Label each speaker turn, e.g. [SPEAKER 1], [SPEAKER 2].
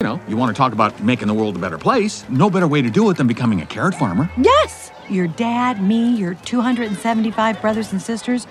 [SPEAKER 1] You know, you want to talk about making the world a better place, no better way to do it than becoming a carrot farmer.
[SPEAKER 2] Yes! Your dad, me, your 275 brothers and sisters,